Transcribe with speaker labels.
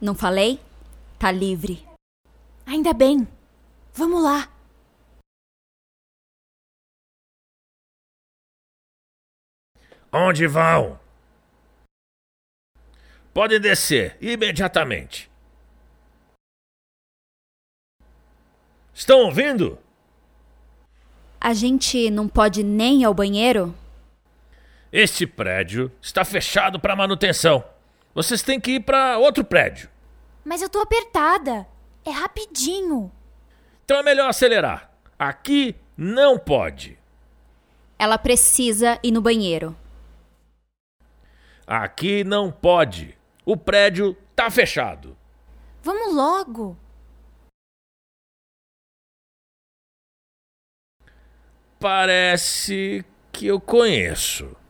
Speaker 1: Não falei? Tá livre.
Speaker 2: Ainda bem. Vamos lá.
Speaker 3: Onde vão? Podem descer imediatamente. Estão ouvindo?
Speaker 1: A gente não pode nem ir ao banheiro?
Speaker 3: Este prédio está fechado para manutenção. Vocês têm que ir para outro prédio.
Speaker 2: Mas eu tô apertada. É rapidinho.
Speaker 3: Então é melhor acelerar. Aqui não pode.
Speaker 1: Ela precisa ir no banheiro.
Speaker 3: Aqui não pode. O prédio tá fechado.
Speaker 2: Vamos logo.
Speaker 3: Parece que eu conheço.